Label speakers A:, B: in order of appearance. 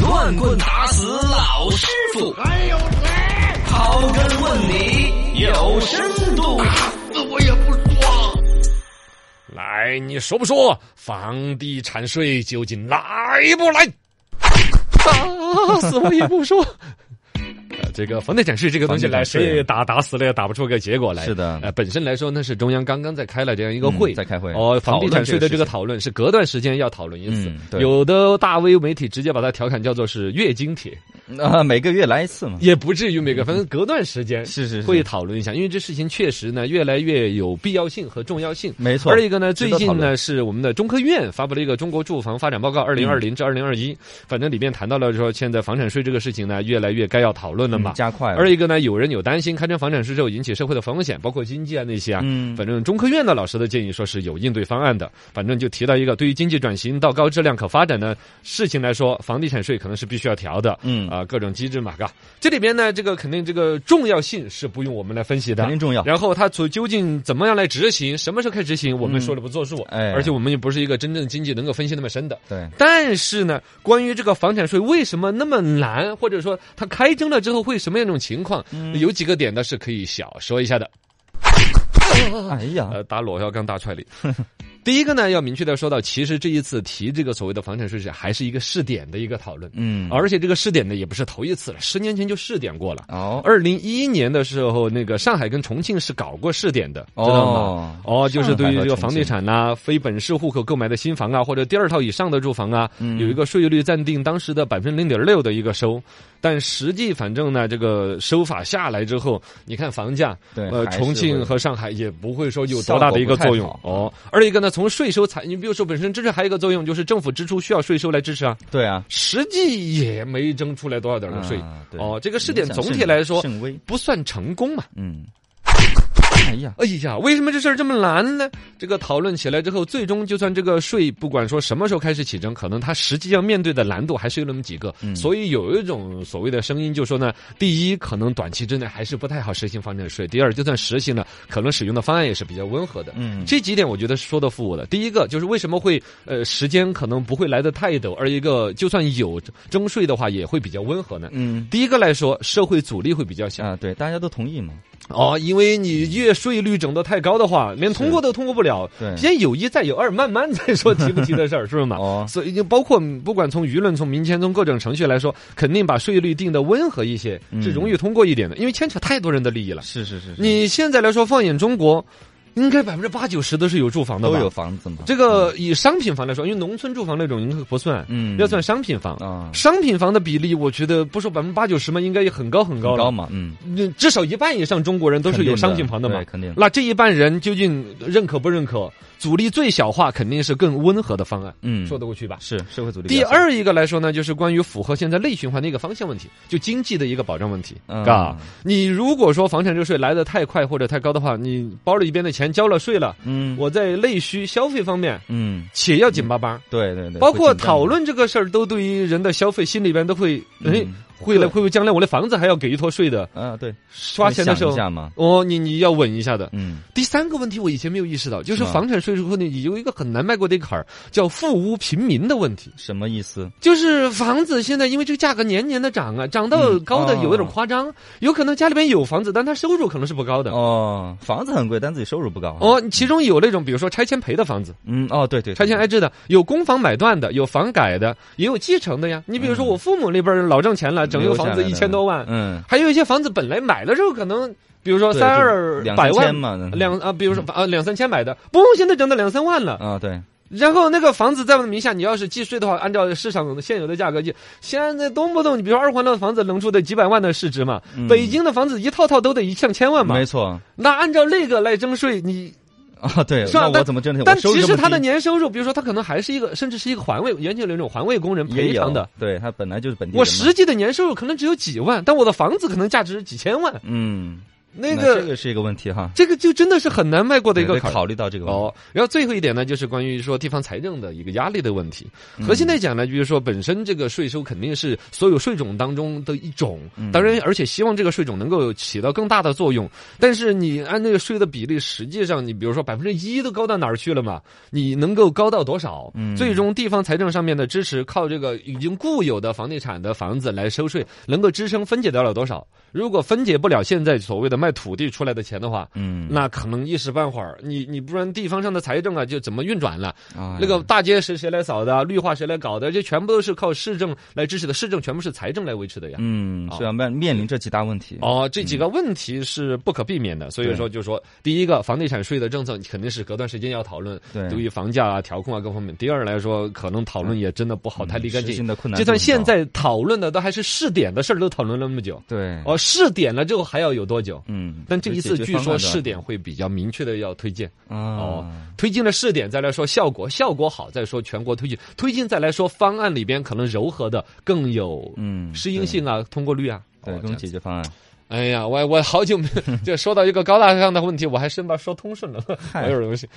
A: 乱棍打死老师傅，
B: 还有谁？
A: 刨根问底有深度。
B: 那我也不说。
C: 来，你说不说房地产税究竟来不来？打死我啊也不说。呃，这个房地产税这个东西来，
D: 房地产税
C: 谁打打死了也打不出个结果来。
D: 是的
C: 呃，本身来说呢，是中央刚刚在开了这样一个会，
D: 嗯在开会
C: 哦，房地产税的这
D: 讨论这个事情
C: 个讨论是隔段时间要讨论一次
D: 嗯。对
C: 有的大 V 媒体直接把它调侃叫做是月经帖，
D: 啊，每个月来一次嘛。
C: 也不至于每个，反正隔段时间
D: 是是是
C: 会讨论一下，因为这事情确实呢越来越有必要性和重要性。
D: 没错
C: 二一个呢，最
D: 值得讨
C: 近
D: 论
C: 呢是我们的中科院发布了一个《中国住房发展报告（二零二零至二零二一）》，反正里面谈到了说，现在房产税这个事情呢越来越该要讨论了嘛。
D: 嗯加快了。
C: 二一个呢，有人有担心开征房产税之后引起社会的风险，包括经济啊那些啊。
D: 嗯
C: 反正中科院的老师的建议说是有应对方案的。反正就提到一个，对于经济转型到高质量可发展的事情来说，房地产税可能是必须要调的。
D: 嗯
C: 啊、各种机制嘛，嘎。这里边呢，这个肯定这个重要性是不用我们来分析的，
D: 肯定重要
C: 然后它从究竟怎么样来执行，什么时候开始执行，我们说了不作数。
D: 哎
C: 而且我们也不是一个真正经济能够分析那么深的。
D: 对，
C: 但是呢，关于这个房产税为什么那么难，或者说它开征了之后会什么样一种情况，
D: 嗯
C: 有几个点呢是可以小说一下的。
D: 哎呀，
C: 呃，打裸要跟 大踹里。 第一个呢，要明确的说到，其实这一次提这个所谓的房产税是还是一个试点的一个讨论，
D: 嗯，
C: 而且这个试点呢也不是头一次了，十年前就试点过了。
D: 哦，
C: 二零一一年的时候，那个上海跟重庆是搞过试点的，知道吗？
D: 吗？
C: 哦，就是对于这
D: 上海
C: 个
D: 和重庆
C: 房地产呐、非本市户口购买的新房啊，或者第二套以上的住房啊，
D: 嗯
C: 有一个税率暂定当时的百分之零点六的一个收，但实际反正呢，这个收法下来之后，你看房价，
D: 对
C: 呃，
D: 还是
C: 重庆
D: 会
C: 和上海也不会说有多大的一个作用
D: 效果不太好
C: 哦。二一个呢，从税收财，你比如说本身这是还有一个作用，就是政府支出需要税收来支持啊，
D: 对啊，
C: 实际也没征出来多少点儿的税、
D: 啊对
C: 哦。这个试点
D: 影响
C: 总体
D: 甚
C: 来说
D: 甚微，
C: 不算成功嘛。
D: 嗯，哎呀，
C: 哎呀，为什么这事儿这么难呢？这个讨论起来之后，最终就算这个税，不管说什么时候开始起征，可能它实际要面对的难度还是有那么几个。
D: 嗯
C: 所以有一种所谓的声音，就说呢，第一，可能短期之内还是不太好实行房产税；第二，就算实行了，可能使用的方案也是比较温和的。
D: 嗯
C: 这几点我觉得是说的服我的。第一个就是为什么会呃时间可能不会来的太陡，而一个就算有征税的话，也会比较温和呢？
D: 嗯
C: 第一个来说，社会阻力会比较小。
D: 啊，对，大家都同意嘛，
C: 哦，因为你越税率整得太高的话，连通过都通过不了。
D: 对
C: 先有一再有二，慢慢再说提不提的事儿，是不是 嘛？
D: 哦
C: 所以就包括不管从舆论、从民间、从各种程序来说，肯定把税率定的温和一些，是容易通过一点的，因为牵扯太多人的利益了。
D: 嗯是是是，是
C: 你现在来说，放眼中国，应该百分之八九十都是有住房的
D: 都
C: 吧？
D: 有房子嘛，
C: 这个以商品房来说，因为农村住房那种应该不算，
D: 嗯
C: 要算商品房。
D: 啊
C: 商品房的比例，我觉得不说百分之八九十嘛，应该也很高很高
D: 很
C: 了。
D: 高嘛，嗯，
C: 嗯至少一半以上中国人都是有商品房的嘛，
D: 肯定的对肯定
C: 那这一半人究竟认可不认可？阻力最小化肯定是更温和的方案，
D: 嗯
C: 说得过去吧？
D: 是社会阻力。
C: 第，二一个来说呢，就是关于符合现在内循环的一个方向问题，就经济的一个保障问题，
D: 嗯
C: 嘎、你如果说房产这个税来的太快或者太高的话，你包里边的钱交了税了，
D: 嗯
C: 我在内需消费方面
D: 嗯，
C: 且要紧巴巴。
D: 对对对，
C: 包括
D: 会紧张
C: 讨论这个事儿，都对于人的消费心里边都会，哎
D: 嗯，
C: 会来会不会将来我的房子还要给一坨税的？
D: 啊，对，
C: 刷钱的时
D: 会想
C: 候
D: 一，下嘛，
C: 哦，你你要稳一下的。
D: 嗯，
C: 第三个问题我以前没有意识到，就是
D: 是吗
C: 房产税之后呢，有一个很难迈过的一个坎儿，叫富屋贫民的问题。
D: 什么意思？
C: 就是房子现在因为这个价格年年的涨啊，涨到
D: 嗯
C: 高的
D: 哦
C: 有点夸张，有可能家里边有房子，但他收入可能是不高的。
D: 哦，房子很贵，但自己收入不高。，啊
C: 哦，其中有那种比如说拆迁赔的房子，
D: 嗯，哦，对对，
C: 拆迁挨哎置的，有公房买断的，有房改的，也有继承的呀。你比如说我父母那边儿老挣钱了，整一个房子一千多万，
D: 嗯，
C: 还有一些房子本来买的时候可能，比如说
D: 对
C: 三
D: 就
C: 二
D: 两
C: 百
D: 三
C: 万
D: 千嘛嗯
C: 两啊，比如说啊两三千买的，不，现在整到两三万了。
D: 啊，对，
C: 然后那个房子在我的名下，你要是计税的话，按照市场现有的价格计，现在动不动你比如说二环的房子能出的几百万的市值嘛，
D: 嗯
C: 北京的房子一套套都得一上千万嘛
D: 没。错，
C: 那按照那个来征税，你
D: 啊，对，
C: 算
D: 那
C: 了，
D: 我
C: 但
D: 怎么挣钱？
C: 但
D: 我收入
C: 其
D: 这
C: 实
D: 么
C: 他的
D: 低
C: 年收入，比如说他可能还是一个，甚至是一个环卫，原有那种环卫工人
D: 也
C: 赔
D: 有
C: 偿的。，
D: 对他本来就是本地
C: 我
D: 人嘛
C: 实际的年收入可能只有几万，但我的房子可能价值几千万。
D: 嗯，
C: 那
D: 那
C: 个
D: 这个是一个问题哈，
C: 这个就真的是很难迈过的一个
D: 得
C: 坎儿。
D: 考虑到这个问题。
C: 哦，然后最后一点呢，就是关于说地方财政的一个压力的问题。核心来讲呢，就是说本身这个税收肯定是所有税种当中的一种，当然而且希望这个税种能够起到更大的作用。但是你按那个税的比例，实际上你比如说百分之一都高到哪儿去了嘛？你能够高到多少？最终地方财政上面的支持，靠这个已经固有的房地产的房子来收税，能够支撑分解掉了多少？如果分解不了现在所谓的卖土地出来的钱的话，
D: 嗯，
C: 那可能一时半会儿，你你不然地方上的财政啊，就怎么运转了？
D: 啊
C: 那个大街是谁来扫的？绿化谁来搞的？这全部都是靠市政来支持的，市政全部是财政来维持的呀。
D: 嗯，是要面面临这几大问题。
C: 哦，这几个问题是不可避免
D: 嗯
C: 的，所以说就说第一个，房地产税的政策肯定是隔段时间要讨论，
D: 对
C: 对于房价啊、调控啊各方面。第二来说，可能讨论也真的不好哦太立竿
D: 嗯实
C: 见
D: 行
C: 影
D: 的困。难
C: 就
D: 度
C: 算
D: 很
C: 现
D: 高
C: 在讨论的都还是试点的事儿，都讨论了那么久。
D: 对，
C: 哦，试点了之后还要有多久？
D: 嗯，
C: 但这一次
D: 解决
C: 据
D: 方
C: 说
D: 案的嗯
C: 试点会比较明确的要推荐。哦
D: 啊，，
C: 推进了试点，再来说效果，效果好，再说全国推进，推进再来说方案里边可能柔和的更有
D: 嗯
C: 适应性啊，通过率啊。
D: 对，
C: 哦
D: 各种解。决方案。
C: 哎 呀，我我好久没就说到一个高大上的问题，我还生怕说通顺了，
D: 嗨
C: 我有荣幸。